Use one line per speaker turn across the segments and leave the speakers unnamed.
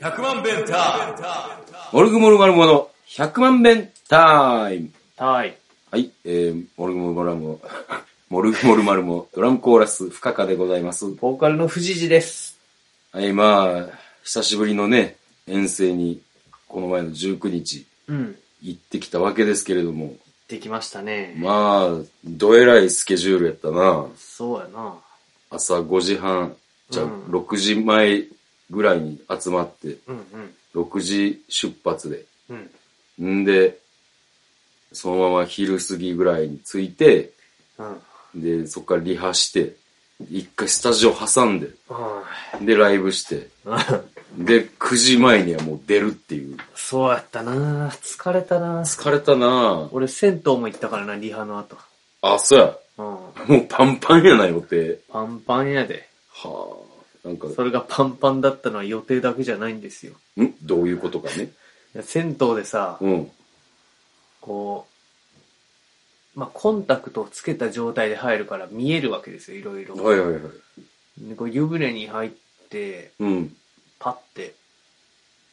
100万弁タイムモルグモルマルモの100万弁タイム
はい。
はい、えー、モルグモルマルモ、 モルグモルマルモ、ドラムコーラス、深川でございます。
ボーカルの藤次です。
はい、まあ、久しぶりのね、遠征に、この前の19日、
うん。行
行ってきたわけですけれども、
ってきましたね。
まあ、どえらいスケジュールやったな。
そうやな。
朝5時半、じゃあ
うん
6時前ぐらいに集まって、
うんうん。
6時出発で。
うん。
んで、そのまま昼過ぎぐらいに着いて、
うん。
で、そっからリハして、一回スタジオ挟んで、
うん。
で、ライブして、で、9時前にはもう出るっていう。
そうやったな疲れたな
疲れたなぁ。
俺、銭湯も行ったからな、リハの後。
あ、そうや。
うん。
もうパンパンやな、予定。
パンパンやで。
はぁ。なんか、
それがパンパンだったのは予定だけじゃないんですよ。
んどういうことかね。
いや銭湯でさ、
うん。
こう、まあ、コンタクトをつけた状態で入るから見えるわけですよ、いろいろ。
はいはいはい。
でこう湯船に入って、
うん。
パって、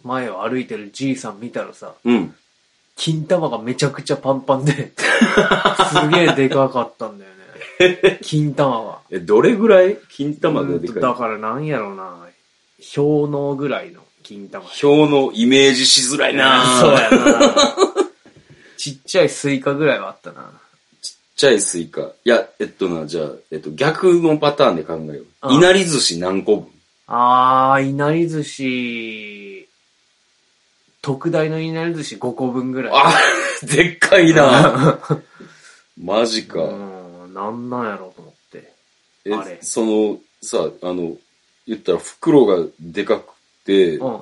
前を歩いてるじいさん見たらさ、
うん。
金玉がめちゃくちゃパンパンで、 すげえでかかったんだよ ね。金玉が。
え、どれぐらい金玉がで
うんとだ
か
からなんやろうな、氷のぐらいの金玉。
い表のイメージしづらいなぁ。
そう
ちっ
やな。ちっちゃいスイカぐらいはあったな。
ちゃいスイカ。いや、えっとな、じゃあ、えっと、逆のパターンで考えよ
あ
う。いなり寿司何個分
あー、いなり寿司、特大のいなり寿司5個分ぐらい。
あ、 でっかい なマジか。
うん、なんなんやろうと思って。
え
あれ
その、さ、あの、言ったら袋がでかくて、
うん。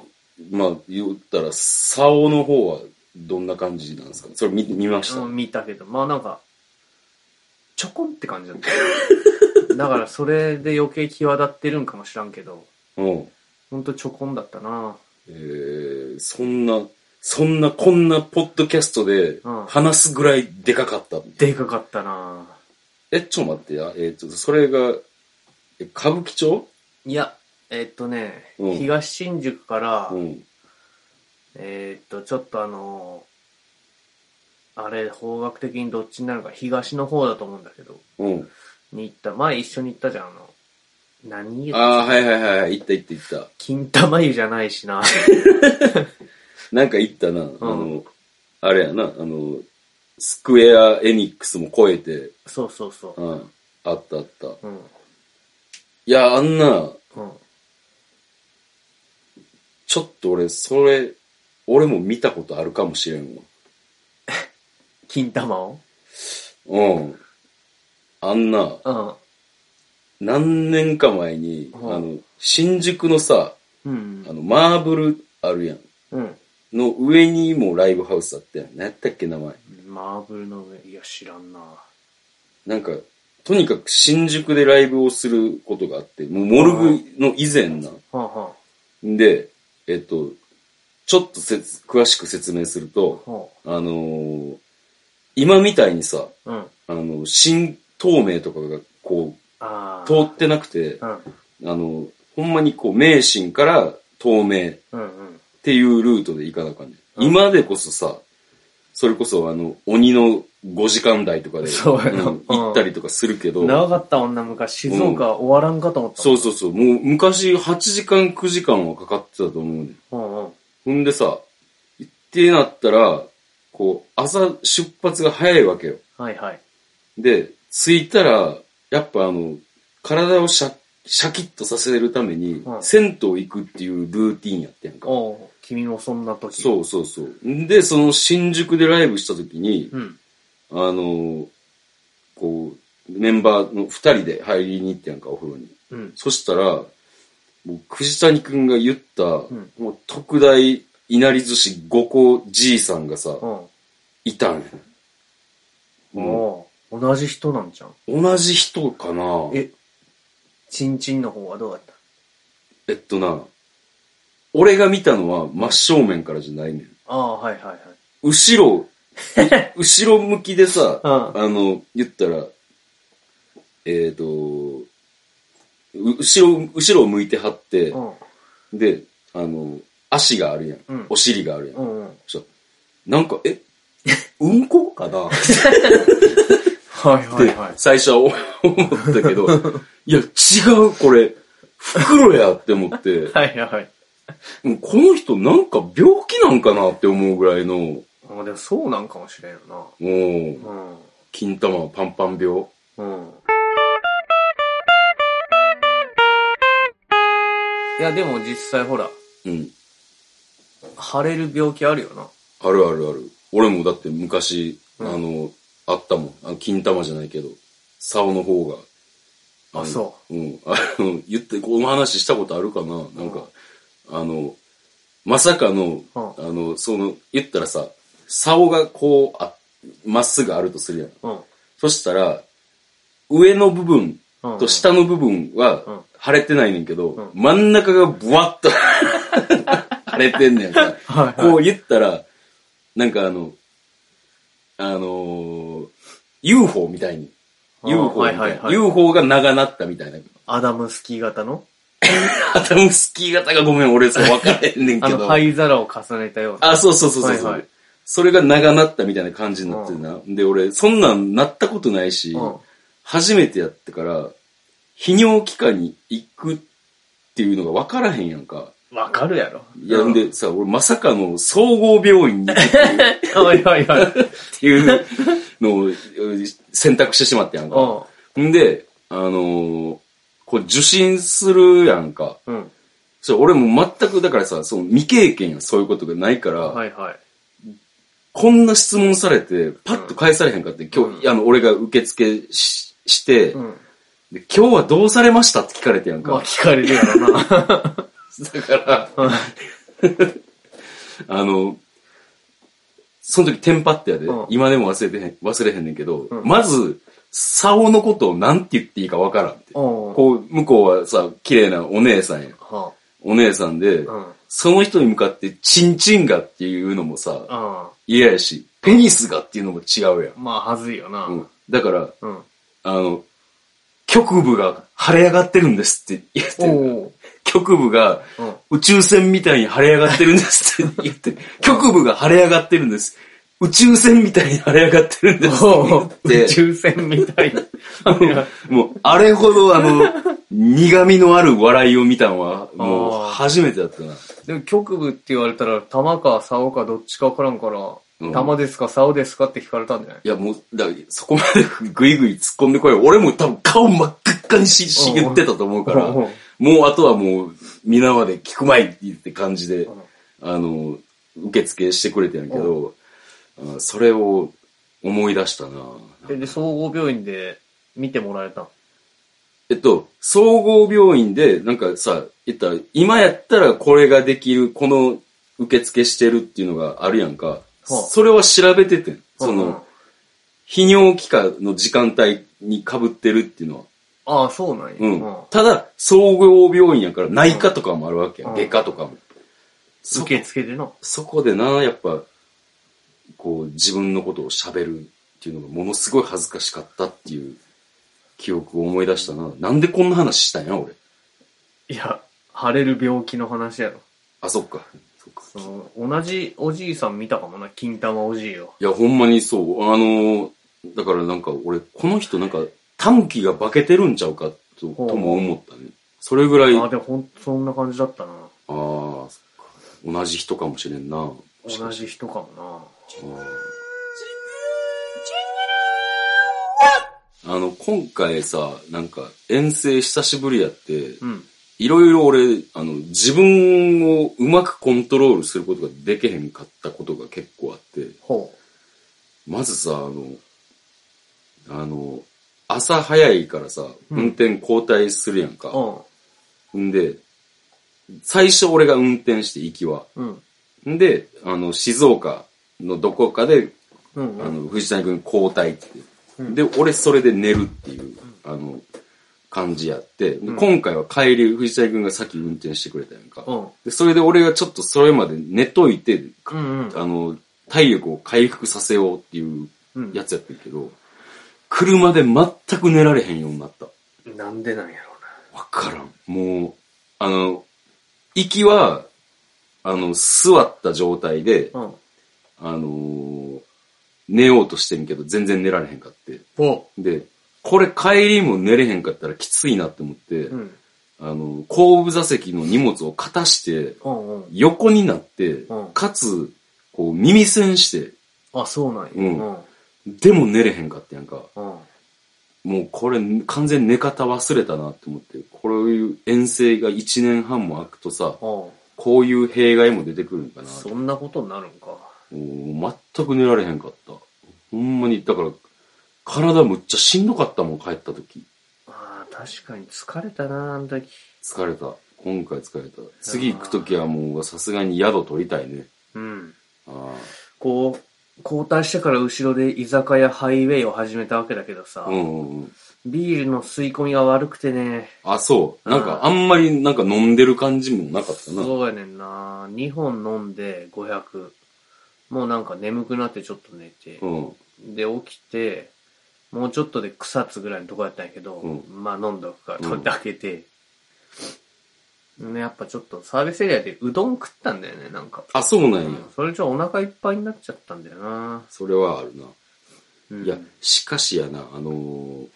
まあ、言ったら、竿の方はどんな感じなんですかそれ見見ました、
うん、見たけど、まあなんか、ちょこんって感じだ った。だからそれで余計際立ってるんかもしらんけど、
うん。
ほんとちょこんだったな
えー、そんな、そんな、こんなポッドキャストで
うん
話すぐらいでかかった。
でかかったな
え、ちょっと待ってや。えー、ちょっと、それが、え歌舞伎町
いや、えっとね、
うん
東新宿から、
うん。
えっと、ちょっとあのーあれ、方角的にどっちになるか、東の方だと思うんだけど、
うん。
に行った、前一緒に行ったじゃん、あの、何湯
ああ、はいはいはいはい。行った行った行った。
金玉湯じゃないしな。
なんか言ったな、あの、あれやな、あの、スクエア・エニックスも超えて、
そうそうそ。
うん、あったあった。いう
うん。
や、あんな、
うん。
ちょっと俺、それ、俺も見たことあるかもしれんわ。
金玉を
うん。あんな、
うん。
何年か前に、
うん
あの、新宿のさ、
うん
あ。の、マーブルあるやん。
うん。
の上にもライブハウスあったやん。何やったっけ、名前。
マーブルの上、いや、知らんな。
なんか、とにかく新宿でライブをすることがあって、もうモルグの以前な。
はんは
で、えっと、ちょっとせつ詳しく説明すると、
ん。は
あのー今みたいにさ、
あ。うん。
あの、新透明とかがこ
あ
う、
あ。
通ってなくて、
う
あ
ん。
の、ほんまにこう、名神から透明っ
うんうん。
ていうルートで行かなあかんね、
うん
ん。今でこそさ、それこそあの、鬼の5時間台とかで、
そうやなん
行ったりとかするけど、
長かった女昔、静岡終わらんかと思った。
そうそうそう、もう昔8時間9時間はかかってたと思うねん。
う。うんうん。
ほんでさ、行ってなったら、こう、朝出発が早いわけよ。
はいはい。
で、着いたら、やっぱあの、体をシャシャキッとさせるために、
うん
銭湯行くっていうルーティンやってんか。
おう君もそんな時。
そうそうそう。んで、その新宿でライブした時に、
うん。
あの、こう、メンバーの二人で入りに行ってんか、お風呂に。
うん。
そしたら、もう藤谷くんが言った、
ん
もう特大いなり寿司5個じいさんがさ、
うん。
いたんやも
おう同じ人なんじゃん。
う同じ人かなえ
え、チンチンの方はどうだった
っとな、俺が見たのは真正面からじゃないねん。
ああ、はいはいはい。
後ろ、 後ろ向きでさ、
うん
あの、言ったら、えっ、と、う後ろ、後ろを向いてはって
う、ん。
で、あの、足があるやん。
うん
お尻があるやん。
うんうん。
そしたらなんか、 え、うんこかなって
はいはいはい。
最初は思ったけど、 いや、違う、これ、袋やって思って、
はいはい。
もうこの人なんか病気なんかなって思うぐらいの、
まあでもそうなんかもしれんよな。
もう、
うん。
金玉パンパン病。
うん。いやでも実際ほら、
うん。
腫れる病気あるよな。
あるあるある。俺もだって昔、
うん
あの、あったもん。あの金玉じゃないけど、竿の方が。
あ、
の。
そう
ん。あの、言って、この話したことあるかななんか、あの、まさかの、
う
あの、その、言ったらさ、竿がこう、あまっすぐあるとするやん。
うん。
そしたら、上の部分
うん。
と下の部分
う
は
ん
腫れてないねんけど、
うん
真ん中がブワッと 腫れてんねんか。
はいはい。
こう言ったら、なんかあの、あのー UFO みたいに。
あー
UFO み
は
たい
い
な、
はいはい
UFO が長なったみたいな。
アダムスキー型の
アダムスキー型がごめん、俺そう分からへんねん
あ
け
の、
ど。
灰皿を重ねたような。
あ、そうそうそうそうそう、
はいはい
それが長なったみたいな感じになってるな。で、俺、そんなんなったことないし、
うん。
初めてやってから、泌尿器科に行くっていうのが分からへんやんか。
わかるやろ。
いや、んでさ、俺まさかの総合病院に行く
うん。はいはいはい。
っていうのをうん選択してしまってやんか。
うん
で、あのーこう受診するやんか。
ん。うん。
そう俺も全くだからさ、その未経験やそういうことがないから、
はいはい。
こんな質問されて、パッと返されへんかって、今日、
うん
あの、俺が受付しして、
うん。
で、今日はどうされましたって聞かれてやん
まあ
か。
聞かれるや ろな。
だから、
うん
あの、その時テンパってやで、
うん
今でも忘れてへん、忘れへんねんけど、
うん
まず、竿のことをなんて言っていいかわからんって。
おう
こう、向こうはさ、綺麗なお姉さんや。
は
お姉さんで、
あうん。
その人に向かって、チンチンがっていうのもさ、
あ
嫌やし、ペニスがっていうのも違うやん。
まあ、はずいよな。
うん。だから、
うん。
あの、局部が腫れ上がってるんですって言って
お
る、
う
局部が
うん。
宇宙船みたいに腫れ上がってるんですって言って、局部が腫れ上がってるんです。宇宙船みたいに腫れ上がってるんです
お
って言
宇
って。
宙船みたいに。
もう、あれほどあの、苦味のある笑いを見たのは、もう、
あー
初めてだったな。
でも、局部って言われたら、玉か竿かどっちかわからんから、
うん
玉ですか竿ですかって聞かれたんじゃない
いや、もう、だそこまで ぐいぐい突っ込んでこいよ。俺も多分顔真っ赤っかにし、しげってたと思うから、
うん
もうあとはもう、皆まで聞くまいって感じで、あの、受付してくれてんやけど、あそれを思い出したな。
えで、総合病院で見てもらえたん
えっと、総合病院で、なんかさ、言ったら、今やったらこれができる、この受付してるっていうのがあるやんか。
はあ
それは調べててん。そ
うん
の、泌尿器科の時間帯に被ってるっていうのは。
ああ、そうなんや。
うん。
うん
ただ、総合病院やから、内科とかもあるわけや。、
うんん
外科とかも。そ
受付でな。
そこでな、やっぱ、こう、自分のことを喋るっていうのがものすごい恥ずかしかったっていう記憶を思い出したな。なんでこんな話したんや、俺。
いや、腫れる病気の話やろ。
あ、そっか。そっか。
その、同じおじいさん見たかもな、金玉おじいを。
いや、ほんまにそう。あのーだからなんか俺、この人なんか、タヌキが化けてるんちゃうかと、
ほう
とも思ったね。それぐらい、
あ
あ
あ、でもほんとそんな感じだったな。
あー、そっか。同じ人かもしれんな。もし
同
かし
じ人かも
てあーあの、今回さ、なんか、遠征久しぶりやって、
な。うん。
いろいろ俺、あの、自分をうまくコントロールすることができへんかったことが結構あって、
ほ
まずさ、あの、あの、朝早いからさ、
うん
運転交代するやん
う。
か。
うん
で、最初俺が運転して行きは。
ん。うん。
んで、あの、静岡のどこかで、
うんう
あ
ん。
の、藤谷君交代って。
うん
で、俺それで寝るっていう、あの、感じやって、で
うん
今回は帰り、藤谷君が先運転してくれたやんか。
うん。
で、それで俺がちょっとそれまで寝といて、
うんうん。
あの、体力を回復させようっていう
うん
やつやってるけど、車で全く寝られへんようになった。
なんでなんやろ
わからん。もう、あの、行きは、あの、座った状態で、
うん。
あのー寝ようとしてんけど、全然寝られへんかって。
お
で、これ帰りも寝れへんかったらきついなって思って、
うん。
あの、後部座席の荷物を片して、
うんうん。
横になって、
うん
かつ、こう耳栓して、
あ、そうなんや。
うん
うん。
でも寝れへんかってやんか。
うん。
もうこれ完全に寝方忘れたなって思って、こういう遠征が1年半も空くとさ、
うん
こういう弊害も出てくるんかなって
そんなことになるんか。
もう全く寝られへんかった。ほんまに、だから、体むっちゃしんどかったもん、帰った時。
ああ、確かに疲れたな、あの時。
疲れた。今回疲れた。次行く時はもうさすがに宿取りたいね。
うん。
あ
こう、交代してから後ろで居酒屋ハイウェイを始めたわけだけどさ、
あ。うんうんうん。
ビールの吸い込みが悪くてね、
あ、そう。なん
う
か
ん
あんまりなんか飲んでる感じもなかったな。
そうやねんな。2本飲んで500。もうなんか眠くなってちょっと寝て
う。ん。
で、起きて、もうちょっとで草津ぐらいのとこやったんやけど、
う
まあ飲んどくから
うん
取ってあげて、ね、やっぱちょっとサービスエリアでうどん食ったんだよね、なんか。
あ、そうなんや。
うんそれじゃお腹いっぱいになっちゃったんだよな。
それはあるな。
うん
いや、しかしやな、あのー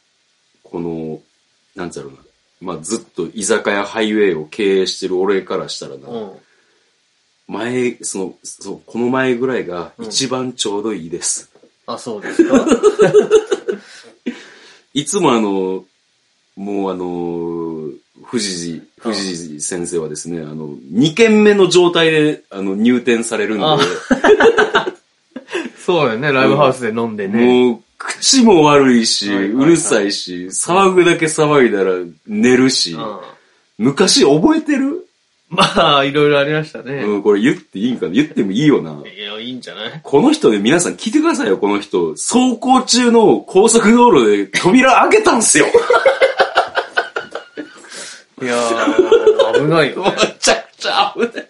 この、なんつうやろな。まあ、ずっと居酒屋ハイウェイを経営してる俺からしたらな、
うん。
前、その、そう、この前ぐらいが
うん
一番ちょうどいいです。
あ、そうですか。
いつもあの、もうあの、藤井、藤井先生はですね、あの、2軒目の状態で、あの、入店されるんで、
あ そうよね、ライブハウスで飲んでね。
もう、口も悪いし、
はいはいはいう
るさいし、騒ぐだけ騒いだら寝るし、
うん
昔覚えてる、
まあ、いろいろありましたね。
うん、これ言っていいんかな言ってもいいよな。
いや、いいんじゃない
この人で皆さん聞いてくださいよ、この人。走行中の高速道路で扉開けたんすよ。
いやー、危ない よ、
もうめちゃくちゃ危ない。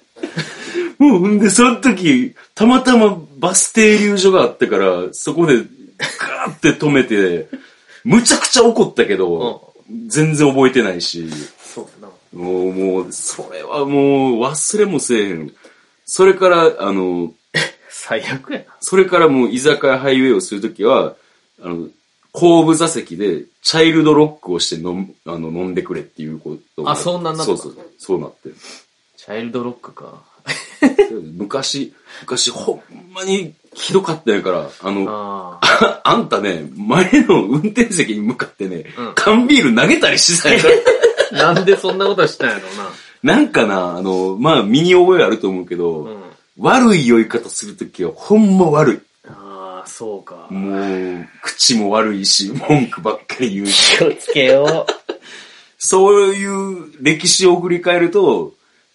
もうほんで、その時、たまたまバス停留所があってから、そこでガーって止めて、むちゃくちゃ怒ったけど、全然覚えてないし、
そうだな。
もう、もう、それはもう忘れもせえへん。それから、あの、
最悪やな。
それからもう居酒屋ハイウェイをするときは、あの、後部座席で、チャイルドロックをして飲む、あの、飲んでくれっていうことに
あそんなんなった
そうそう、そうなってる。
チャイルドロックか。
昔、昔、ほんまにひどかったやから、あの、
ああ。
あんたね、前の運転席に向かってね、
うん
缶ビール投げたりしてたや から、
なんでそんなことしたんやろ
なんかな、あの、まあ、身に覚えあると思うけど、
うな。うん。
悪い酔い方するときはほんま悪い。
ああ、そうか。
もう、口も悪いし、文句ばっかり言うし。
気をつけよ
そういう歴史を振り返ると、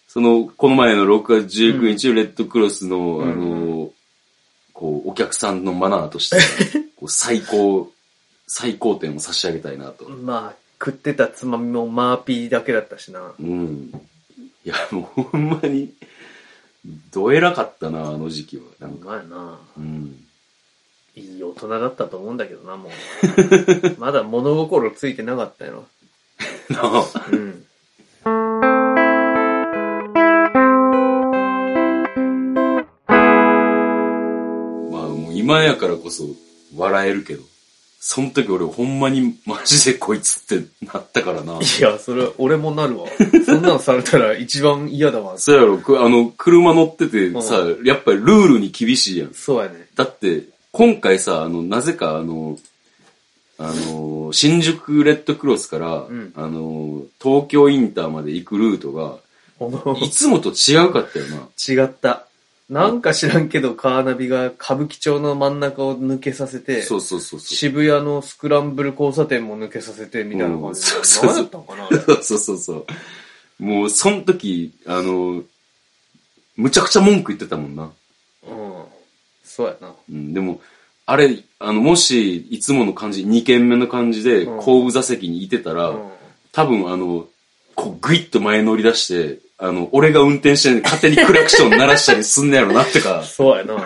その、この前の6月19日のレッドクロスの、
ん
あの、こう、お客さんのマナーとして、こう最高、最高点を差し上げたいなと
う。。 まあ、食ってたつまみもマーピーだけだったしな。
うん。いや、もうほんまに、どえらかったな、あの時期は。な
うん
か、
まいな。
うん。
いい大人だったと思うんだけどな、も う。まだ物心ついてなかったやろ。
なあ
うん。
まあもう今やからこそ笑えるけど、その時俺ほんまにマジでこいつってなったからな。
いや、それは俺もなるわ。 そんなのされたら一番嫌だわ。
そうやろ、くあの、車乗ってて
ん
さ、やっぱりルールに厳しいやん。
そうやね。
だって、今回さ、あの、なぜかあの、あの、新宿レッドクロスから、
うん
あの、東京インターまで行くルート が、
おの
いつもと違うかったよな。
違った。なんか知らんけど、カーナビが歌舞伎町の真ん中を抜けさせて、
そうそうそうそう。
渋谷のスクランブル交差点も抜けさせて、みたいな
う
感
ん
じ
そうそう
何
そ
や
う
ったのかなあれ
そうそうそうそう。もう、その時、あの、むちゃくちゃ文句言ってたもんな。
うん。そうやな。
うん、でも、あれ、あの、もし、いつもの感じ、2軒目の感じで、
うん
後部座席にいてたら、
うん。
多分あの、こうグイッと前乗り出して、あの、俺が運転してない勝手にクラクション鳴らしたりすんねやろなってか。
そうやな。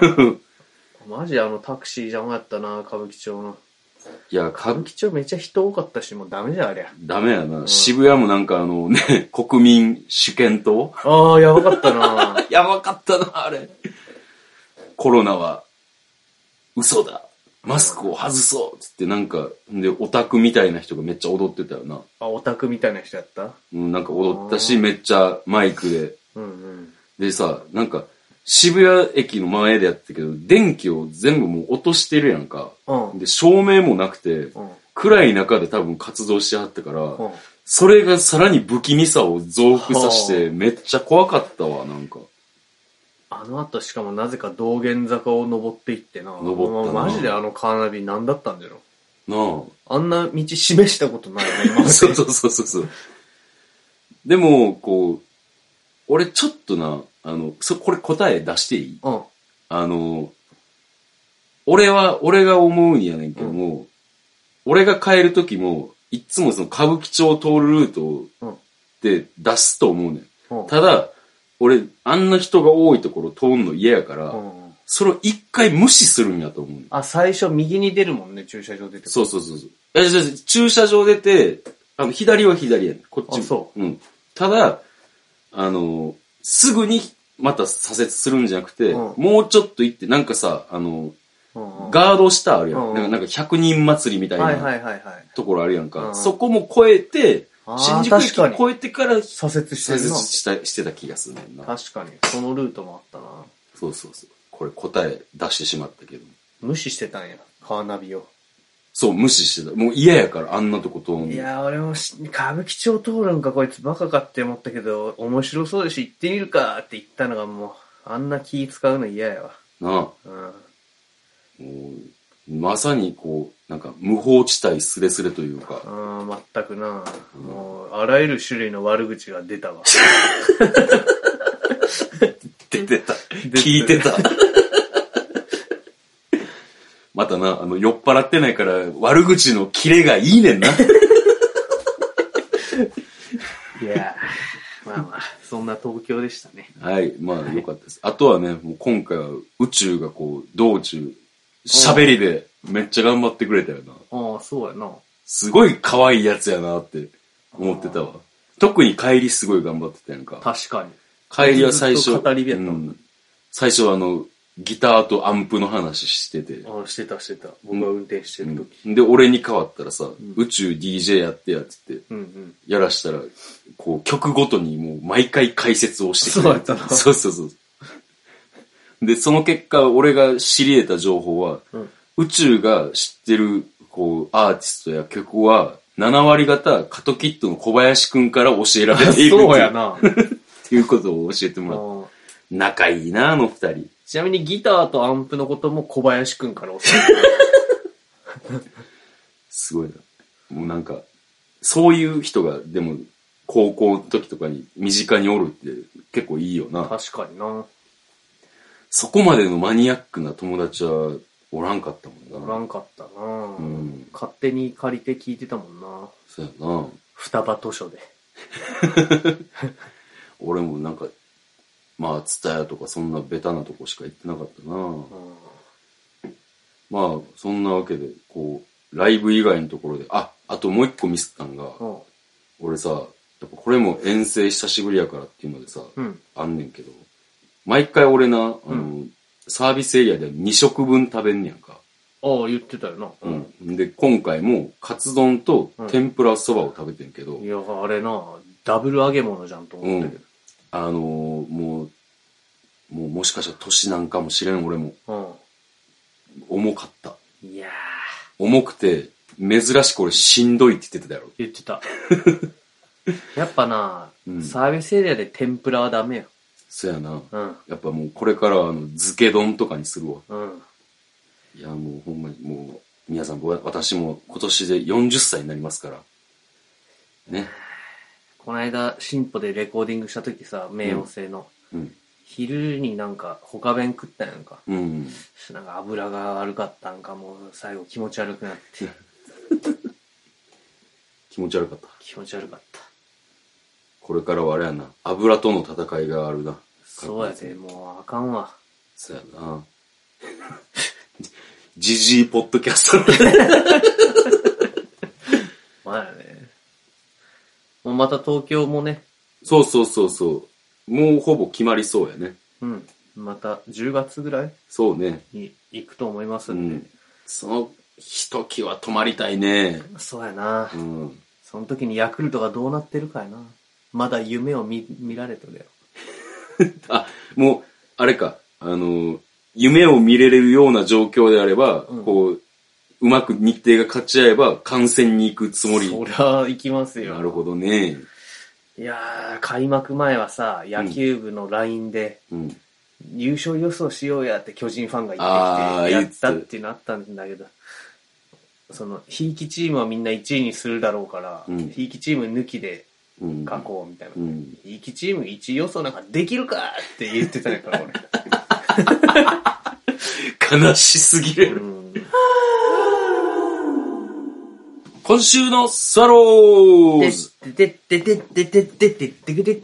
マジあのタクシー邪魔やったな、歌舞伎町の。
いや、歌舞
歌舞伎町めっちゃ人多かったし、もうダメじゃん、ありゃ。
ダメやな、渋谷もなんかあのね、 国民主権党
ああ、やばかったな
やばかったな、あれ。コロナは嘘だ。マスクを外そうっつってなんか、で、オタクみたいな人がめっちゃ踊ってたよな。
あ、オタクみたいな人やった
うん、なんか踊った
う
し、めっちゃマイクで。
うんうん。
でさ、なんか、渋谷駅の前でやってたけど、電気を全部もう落としてるやんか。
うん。うん。
で、照明もなくて、
うん。
暗い中で多分活動してはったから、それがさらに不気味さを増幅させて、
は
めっちゃ怖かったわ、なんか。
あの後しかもなぜか道玄坂を登っていってな。
登ったな
マジであのカーナビ何だったんだろう。
なあ。
あんな道示したことないよね、今ま で
そうそうそうそうそう。でも、こう、俺ちょっとな、あの、そ、これ答え出していい
うん。
あの、俺は、俺が思うんやねんけども、俺が帰る時も、いっつもその歌舞伎町を通るルー
う
ト
ん
で出すと思うねん。
うん。
ただ、俺、あんな人が多いところ通んの嫌やから、
うんうん
それを一回無視するんやと思うねん。
あ、最初右に出るもんね、駐車場出て。
そうそうそうそう。え、じゃあ駐車場出て、あの、左は左やねんこっち。
あそう
うん。ただ、あの、すぐにまた左折するんじゃなくて、
うん
もうちょっと行って、なんかさ、あの、
うんうん。
ガード下あるや。
うんん
なんか、なんか100人祭りみたい
はいは
ない
はいはい。
ところあるやんか。
うん
そこも越えて、
あー
新宿駅
確かに
越えてから左
左折して
折
るな。
したしてた気がするねんな。
確かに。そのルートもあったな。
そうそうそう。これ答え出してしまったけど。
無視してたんや、カーナビを。
そう、無視してた。もう嫌やから、あんなとこ通んの
いやー、俺もし歌舞伎町通るんかこいつバカかって思ったけど、面白そうだし行ってみるかって言ったのがもう、あんな気使うの嫌やわ。
なあ。
うん。
もう、まさにこう、なんか無法地帯すれすれというか、
あー全くな、もう、あらゆる種類の悪口が出たわ。
出てた。聞いてた。 またな、あの、酔っ払ってないから、悪口のキレがいいねんな。
いやー、まあまあ、そんな東京でしたね。
はい、まあ、よかったです。あとはね、もう今回は宇宙がこう、道中、喋りで、めっちゃ頑張ってくれたよな。
ああ、そうやな。
すごい可愛いやつやなって思ってたわ。特に帰りすごい頑張ってたやんか。
確かに。
帰りは最初、
ずっと語り部やったもん
うん最初はあの、ギターとアンプの話してて、
ああ、してたしてた。僕が運転してる時。
で、俺に変わったらさ、宇宙 DJ やってやって言って、
うんうん。
やらしたら、こう、曲ごとにもう毎回解説をしてくれる
そうやったな
そうそうそう。で、その結果、俺が知り得た情報は、
うん
宇宙が知ってる、こう、アーティストや曲は、7割方、カトキットの小林くんから教えられている
そうやな。
っていうことを教えてもらった。
うん
仲いいな、あの二人。
ちなみにギターとアンプのことも小林くんから教
すごいな。もうなんか、そういう人が、でも、高校の時とかに身近におるって結構いいよ
えた。
な。
確かにな。
そこまでのマニアックな友達はおらんかったもん
お
な。
らんかったな、
ん
勝手に借りて聞いてたもんな
そうやな。
双葉図書で
俺もなんか、まあ、ツタヤとかそんなベタなとこしか行ってなかったな。
うん
まあ、そんなわけで、こう、ライブ以外のところで、あ、あともう一個ミスったんが、
うん
俺さ、やっぱこれも遠征久しぶりやからっていうのでさ、
うん
あんねんけど、毎回俺な、あの、
う
サービスエリアで2食分食べんねやんか。
ああ言ってたよな、
うん。で、今回も、カツ丼と天ぷらそばを食べてんけど、
いやあれなダブル揚げ物じゃんと思ったけ
あのーもう、もうもしかしたら年なんかもしれん俺も、
どうん、
重かった。
いやー
重くて、珍しく俺しんどいって言ってたやろ。
言って たやっぱな、
うん
サービスエリアで天ぷらはダメよ
そやな。
うん
やっぱもうこれからはあの、漬け丼とかにするわ。
うん
いや、もうほんまに、もう、皆さん、僕私も今年で40歳になりますから。ね。
この間進歩でレコーディングした時さ冥王星の、
うん。
昼になんか他弁食ったやんか
うん。
なんか油が悪かったんかもう最後気持ち悪くなって
気持ち悪かった。
気持ち悪かった
これからはあれやな、油との戦いがあるな。
そうやでもうあかんわ
そうやな。ジジイポッドキャストの
まだね。もうまた東京もね、
そうそうそうそう。もうほぼ決まりそうやね。
うん。また10月ぐらい
そうね。
に行くと思います
うん
で。
ん。そのひときわ泊まりたいね。
そうやな
う。ん。
その時にヤクルトがどうなってるかやな。まだ夢を見見られとるよ。
あ、もう、あれか、あのー、夢を見れるような状況であれば、
うん
こう、うまく日程が勝ち合えば、観戦に行くつもり。
そりゃ行きますよ。
なるほどね。
いやー、開幕前はさ、野球部の LINE で、
うん。
優勝予想しようやって巨人ファンが
あ
言っ
ー
てきて、やった
言
っ
って
ていうのあったんだけど、その、ひいきチームはみんな1位にするだろうから
うん、
ひいきチーム抜きで
うん。
書こうみたいな
う。ん。
ひいきチーム1位予想なんかできるかって言ってたんやから、俺。
悲しすぎ
う
る。
ん
今週のスワローズ。
ででででででででででで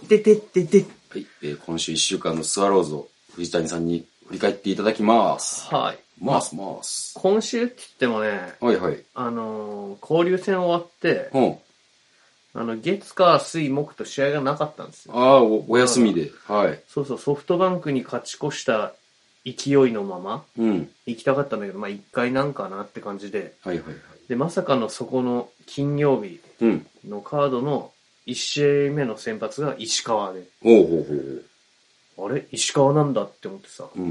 でで
はい、えー今週1週間のスワローズを藤谷さんに振り返っていただきます。
はい。
まーす、まーす。
今週って言ってもね、
はいはい。
あのー、交流戦終わって、
うん。
あの、月、火、水、木と試合がなかったんですよ。
ああ、お、お休みで。はい。
そうそう、ソフトバンクに勝ち越した勢いのまま
うん。
行きたかったんだけど、まあ一回なんかなって感じで、
はいはいはい。
で、まさかのそこの金曜日
うん。
のカードの1試合目の先発が石川で、
ほうほうほう
あれ石川なんだって思ってさ。
ほう。う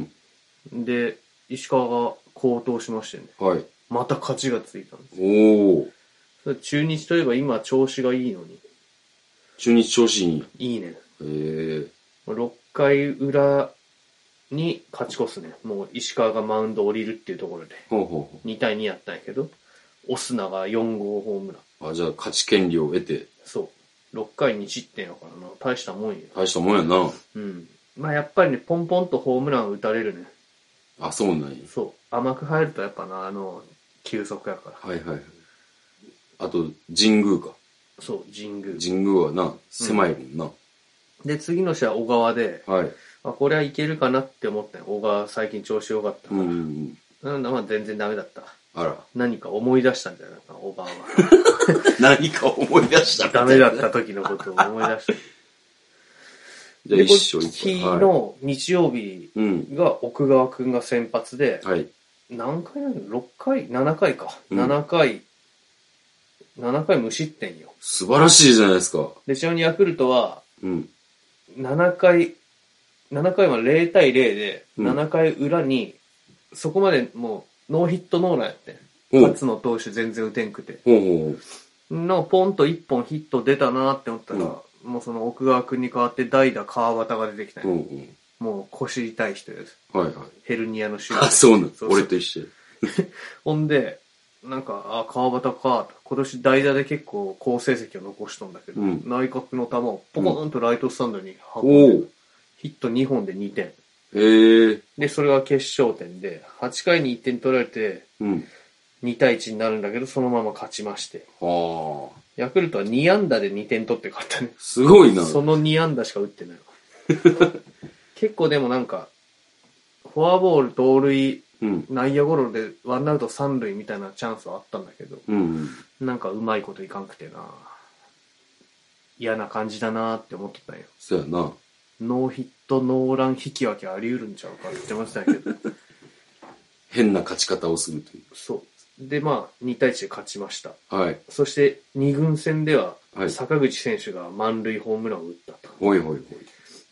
ん。
で、石川が高騰しましてね、
はい。
また勝ちがついたんです。
おお。
それ中日といえば今調子がいいのに、
中日調子いいんや。
いいね。
えー、
6回裏に勝ち越すね。もう石川がマウンド降りるっていうところで。
ほうほう
2対2やったんやけど、オスナが4号ホームラン。
ほう。あ、じゃあ勝ち権利を得て、
そう。6回2失点やからな。大したもんよ。
大したもんやな。
うん。まあやっぱりね、ポンポンとホームラン打たれるね。
あ、そうなんや。
そう。甘く入るとやっぱな、あの、球速やから。
はいはいはい。あと、神宮か。
そう、神宮。
神宮はな、狭いもんな。
で、次の試合、小川で、
はい。
あ、これはいけるかなって思ったよ。小川最近調子良かったか
うん
ら。
うんうん。
なんだ、まあ全然ダメだった。
あら。
何か思い出したんじゃないかな、小川は。
何か思い出したみた
ダ
い
メだった時のことを思い出 した。
じゃあ
でこれ
一緒
昨
一
日
緒。はい
の日曜日
うん。
が奥川くんが先発で、
はい。
何回なんだろう ?6 回 ?7 回か。
うん
7回、7回無失点よ。
素晴らしいじゃないですか。
で、ちなみにヤクルトは、
うん。
7回、7回は0対0で、
うん
7回裏に、そこまでもう、ノーヒットノーランやってん。
ほう
勝野投手全然打てんくて。
ほうほう。
の、ポンと1本ヒット出たなって思ったら、もうその奥川くんに代わって代打川端が出てきたん
ほ
よ、
うほ
もう腰痛い人です。
う。はいはい。
ヘルニアの手
あ、
術。
そうなん
そうそう
俺と一緒や。
ほんで、なんか、あ、川端か、今年代打で結構好成績を残したんだけど、
うん
内角の球をポコーンとライトスタンドに運んで、
おう。
ヒット2本で2点。
へえ。
で、それが決勝点で、8回に1点取られて、
うん。
2対1になるんだけど、そのまま勝ちまして。
はあ。
ヤクルトは2安打で2点取って勝ったね。
すごいな。
その2安打しか打ってないわ。 結構でもなんか、フォアボール、盗塁、
うん。
内野ゴロでワンアウト三塁みたいなチャンスはあったんだけど、
うん。
なんかうまいこといかんくてな嫌な感じだなって思ってたんよ。
そうやな。
ノーヒット、ノーラン引き分けあり得るんちゃうかって言ってました けど。
変な勝ち方をするとい
そう。で、まあ、2対1で勝ちました。
う。はい。
そして、2軍戦では
はい、
坂口選手が満塁ホームランを打ったと。
ほいほい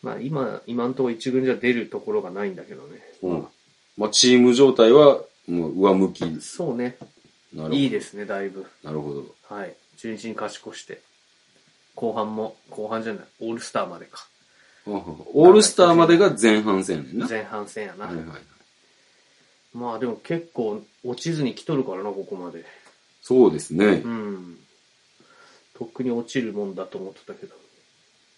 まあ、今、今のところ1軍じゃ出るところがないんだけどね。
ほい。うん。まあ、チーム状態は、もう上向き。なる
そうね。
ほど。
いいですね、だいぶ。
なるほど。
はい。中日に勝ち越して、後半も、後半じゃない、オールスターまでか。
ほうほうほうオールスターまでが前半戦やねんな。
前半戦やな。
はいはい。
まあでも結構落ちずに来とるからな、ここまで。
そうですね
う。ん。とっくに落ちるもんだと思ってたけど。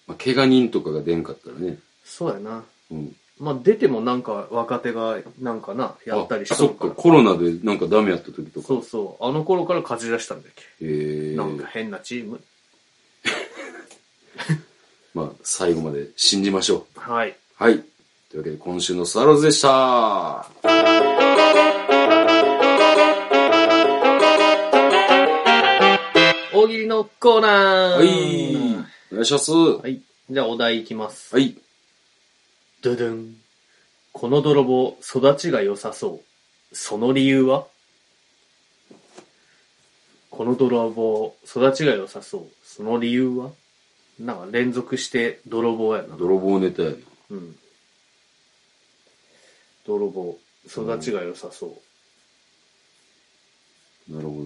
まあ、怪我人とかが出んかったらね。
そうやな。
うん。
まあ出てもなんか若手がなんかな、やったりし
あそ
と
っ
る
か、
から。
コロナでなんかダメやった時とか。
そうそう。あの頃から勝ち出したんだっけ。
へえ
なんか変なチーム。
まあ、最後まで信じましょ
はい。
う。はい。というわけで、今週のスワローズでした。
大喜利のコーナー。
はい。お願いします。は
はい。じゃあお題いきます。
い。
ドゥドゥン。この泥棒、育ちが良さそう。その理由はこの泥棒、育ちが良さそう。その理由はなんか連続して泥棒やな。
泥棒ネタやな。
うん。泥棒、育ちが良さそう。
なるほ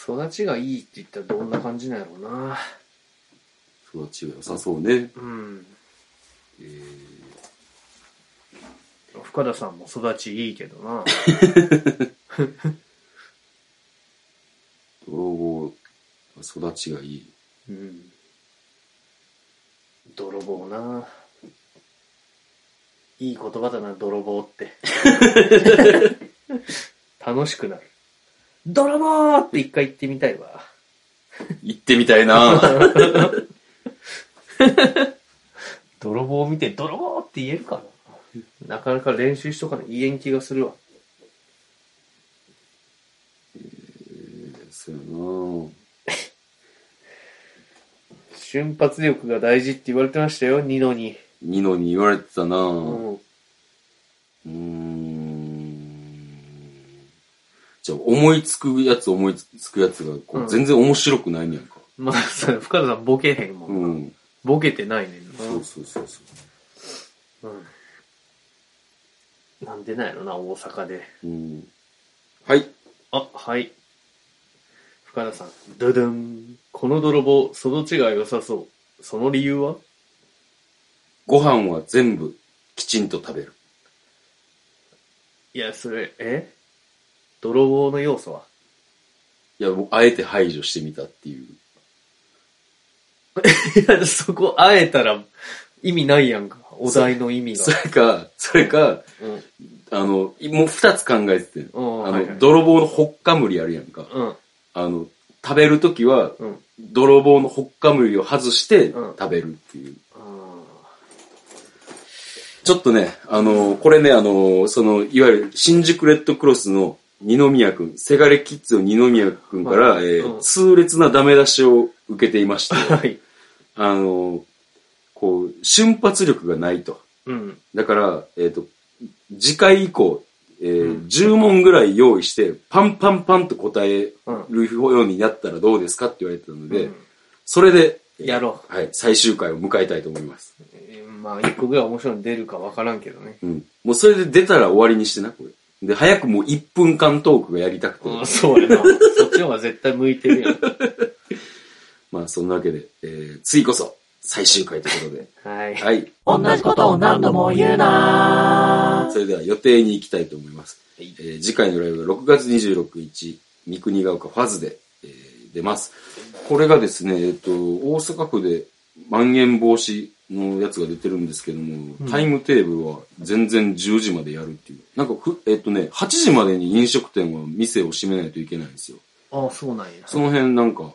どな。
育ちがいいって言ったらどんな感じなんやろうな。
育ちが良さそうね。
うん。
えー
深田さんも育ちいいけどな。
泥棒、育ちがいい。
うん。泥棒な。いい言葉だな、泥棒 って。楽しくなる。泥棒って一回言ってみたいわ。
行ってみたいな
泥棒を見て泥棒って言えるかな。なかなか練習しとかない言えん気がするわ。
そうや
瞬発力が大事って言われてましたよ、ニノに。
なニノに言われてたなう
うん。
ーん。じゃあ、思いつくやつ思いつくやつが、こ
うん
う、全然面白くないねやんか。
まあ、そう深田さんボケへんもん。
うん。
ボケてないねんな。
そうそうそうそ
うん。なんでなんやろな、大阪で。
う。うん。はい。
あ、はい。深田さん、ドゥドゥン。この泥棒、育ちが良さそう。その理由は
ご飯は全部、きちんと食べる。
いや、それ、え泥棒の要素はい
や、もうあえて排除してみたっていう。
いや、そこ、あえたら意味ないやんか。お題の意味
そ
が。
れか、それか、
うん。
あの、もう二つ考えててん。あ
うん
の、
はいはい
泥棒のほっかむりあるやんか。
うん。
あの、食べるときは、
うん。
泥棒のほっかむりを外して
うん
食べるっていう。
あ
ちょっとね、あのーこれね、あのーその、いわゆる新宿レッドクロスの二宮くん、セガレキッズの二宮くんから、
はい
えー
うん
痛烈なダメ出しを受けていまして、
ーはい。
あのーこう、瞬発力がないと。
うん。
だから、えっ、と、次回以降、えー
うん
10問ぐらい用意して、パンパンパンと答え
うん。
るようになったらどうですかって言われてたので、
うん
それで、えー
やろ
はい、最終回を迎えたいと思います。
う。えーまあ、一個ぐらい面白いの出るかわからんけどね。
うん。もうそれで出たら終わりにしてな、これ。で、早くもう1分間トークがやりたくて。
うん、そうやな。そっちの方が絶対向いてるやん。
まあ、そんなわけで、えー、次こそ、最終回ということで。
はい。
はい。
同じことを何度も言うな
それでは予定に行きたいと思います。
はい
えー次回のライブが6月26日、三国ヶ丘ファズで、えー出ます。これがですね、えっ、と、大阪府で、まん延防止のやつが出てるんですけども、
うん
タイムテーブルは全然10時までやるっていう。なんかふ、えっ、とね、8時までに飲食店は店を閉めないといけないんですよ。
ああ、そうなんや。
その辺なんか、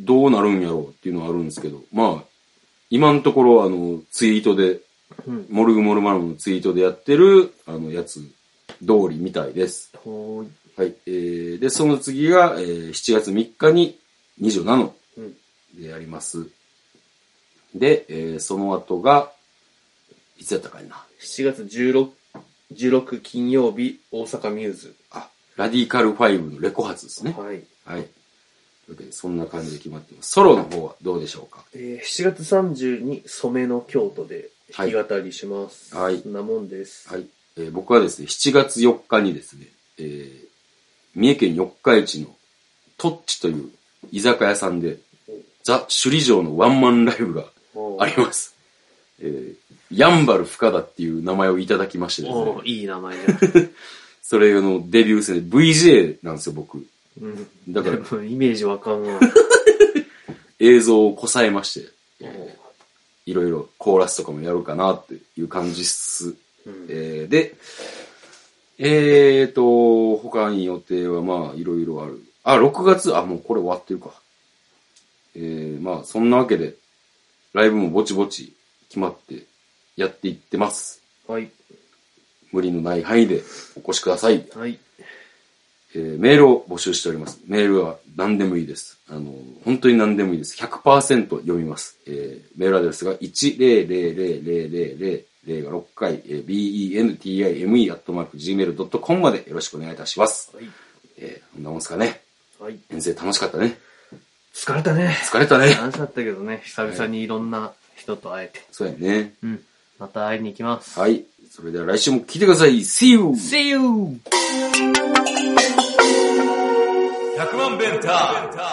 どうなるんやろうっていうのはあるんですけど、まあ、今のところあの、ツイートで、
うん。
モルグモルマルモのツイートでやってる、あの、やつ、通りみたいです。
ほーい。
はい。えー、で、その次が、えー7月3日に27
うん。
でやります。で、えーその後が、いつやったかいな。
7月16、16金曜日、大阪ミューズ。
あ、ラディカル5のレコ発ですね。
はい。
はい。というわけで、そんな感じで決まってます。ソロの方はどうでしょうか
えー、7月30に染めの京都で弾き語りします。
はい
そんなもんです。
はい、えー僕はですね、7月4日にですね、えー三重県四日市のトッチという居酒屋さんで、ザ・首里城のワンマンライブが
おー
あります。えーヤンバル深田っていう名前をいただきましてです
お
ね
ー、いい名前だ。
それのデビュー戦で VJ なんですよ、僕。
うん。
だ から
ら、イメージわかん わ。
映像をこさえまして、
おー
いろいろコーラスとかもやるかなっていう感じっす。
うん
えーで、えーと、他に予定はまあいろいろある。あ、6月、あ、もうこれ終わってるか。えー、まあそんなわけで、ライブもぼちぼち決まってやっていってます。
はい。
無理のない範囲でお越しください。
はい。
えーメールを募集しております。メールは何でもいいです。あの、本当に何でもいいです。100%読みます。えーメールアドレスが1000000が6回、えー bentime.gmail.com までよろしくお願いいたします。
はい。
えーこんなもんすかね。
はい。
遠征楽しかったね。
疲れ たね。
疲れたね。
楽しかったけどね、久々にいろんな人と会えて。
そうやね。
うん。また会いに行きます。
はい。それでは来週も聞いてください。See you!
See you!
100万ベンター